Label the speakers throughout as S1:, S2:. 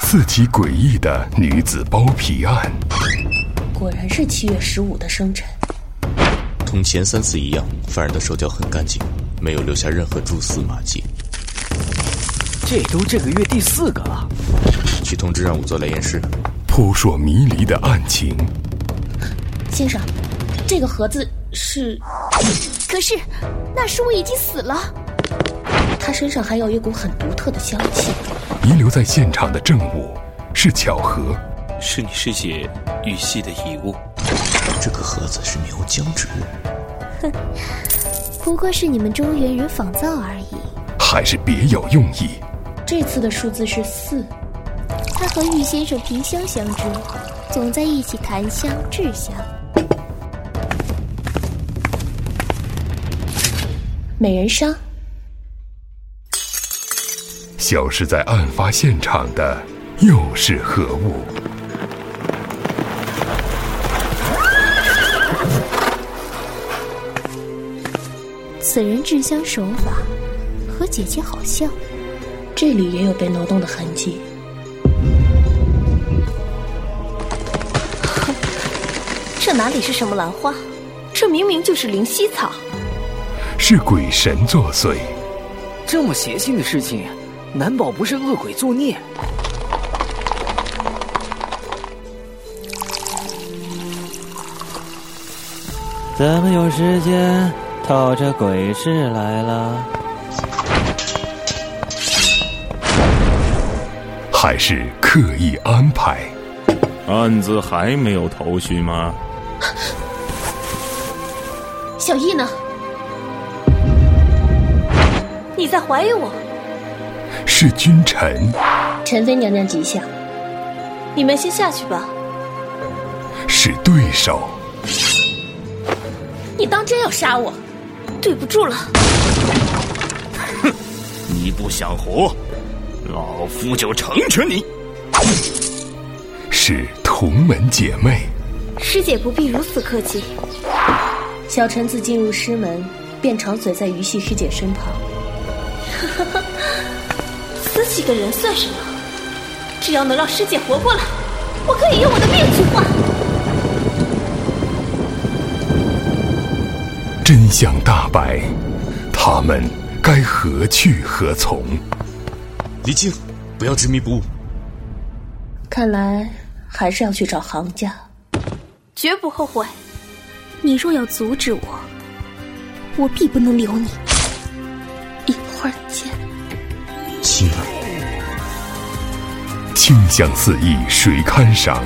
S1: 四起诡异的女子包皮案，
S2: 果然是七月十五的生辰。
S3: 同前三次一样，犯人的手脚很干净，没有留下任何蛛丝马迹。
S4: 这都这个月第四个了，
S3: 许同志让我做来验尸，
S1: 扑朔迷离的案情，
S2: 先生，这个盒子是
S5: 可是那时我已经死了。
S2: 他身上还有一股很独特的香气。
S1: 遗留在现场的证物是巧合，
S6: 是你师姐玉溪的遗物。
S3: 这个盒子是牛胶纸，
S5: 不过是你们中原人仿造而已。
S1: 还是别有用意？
S2: 这次的数字是四，
S5: 他和玉先生萍乡相知，总在一起谈香制香。
S2: 美人伤。
S1: 消失在案发现场的又是何物？
S5: 此人制香手法和姐姐好像，
S2: 这里也有被挪动的痕迹。
S5: 这哪里是什么兰花？这明明就是灵犀草。
S1: 是鬼神作祟。
S4: 这么邪性的事情，难保不是恶鬼作孽。
S7: 咱们有时间讨着鬼事来了。
S1: 还是刻意安排？
S8: 案子还没有头绪吗？
S2: 小易呢？
S5: 你在怀疑我？
S1: 是君臣？
S2: 宸妃娘娘吉祥。
S5: 你们先下去吧。
S1: 是对手？
S2: 你当真要杀我？
S5: 对不住了，
S6: 你不想活，老夫就成全你。
S1: 是同门姐妹？
S5: 师姐不必如此客气。
S2: 小陈子进入师门，便长随在于系师姐身旁。
S5: 死几个人算什么？只要能让师姐活过来，我可以用我的命去换。
S1: 真相大白，他们该何去何从？
S3: 离境，不要执迷不悟。
S2: 看来还是要去找行家。
S5: 绝不后悔。你若要阻止我，我必不能留你。一会儿见。
S3: 亲爱的。
S1: 清香四溢谁堪赏？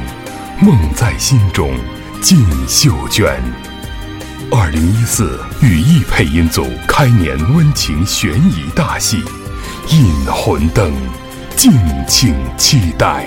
S1: 梦在心中尽袖卷。二零一四羽翼配音组开年温情悬疑大戏《引魂灯》，敬请期待。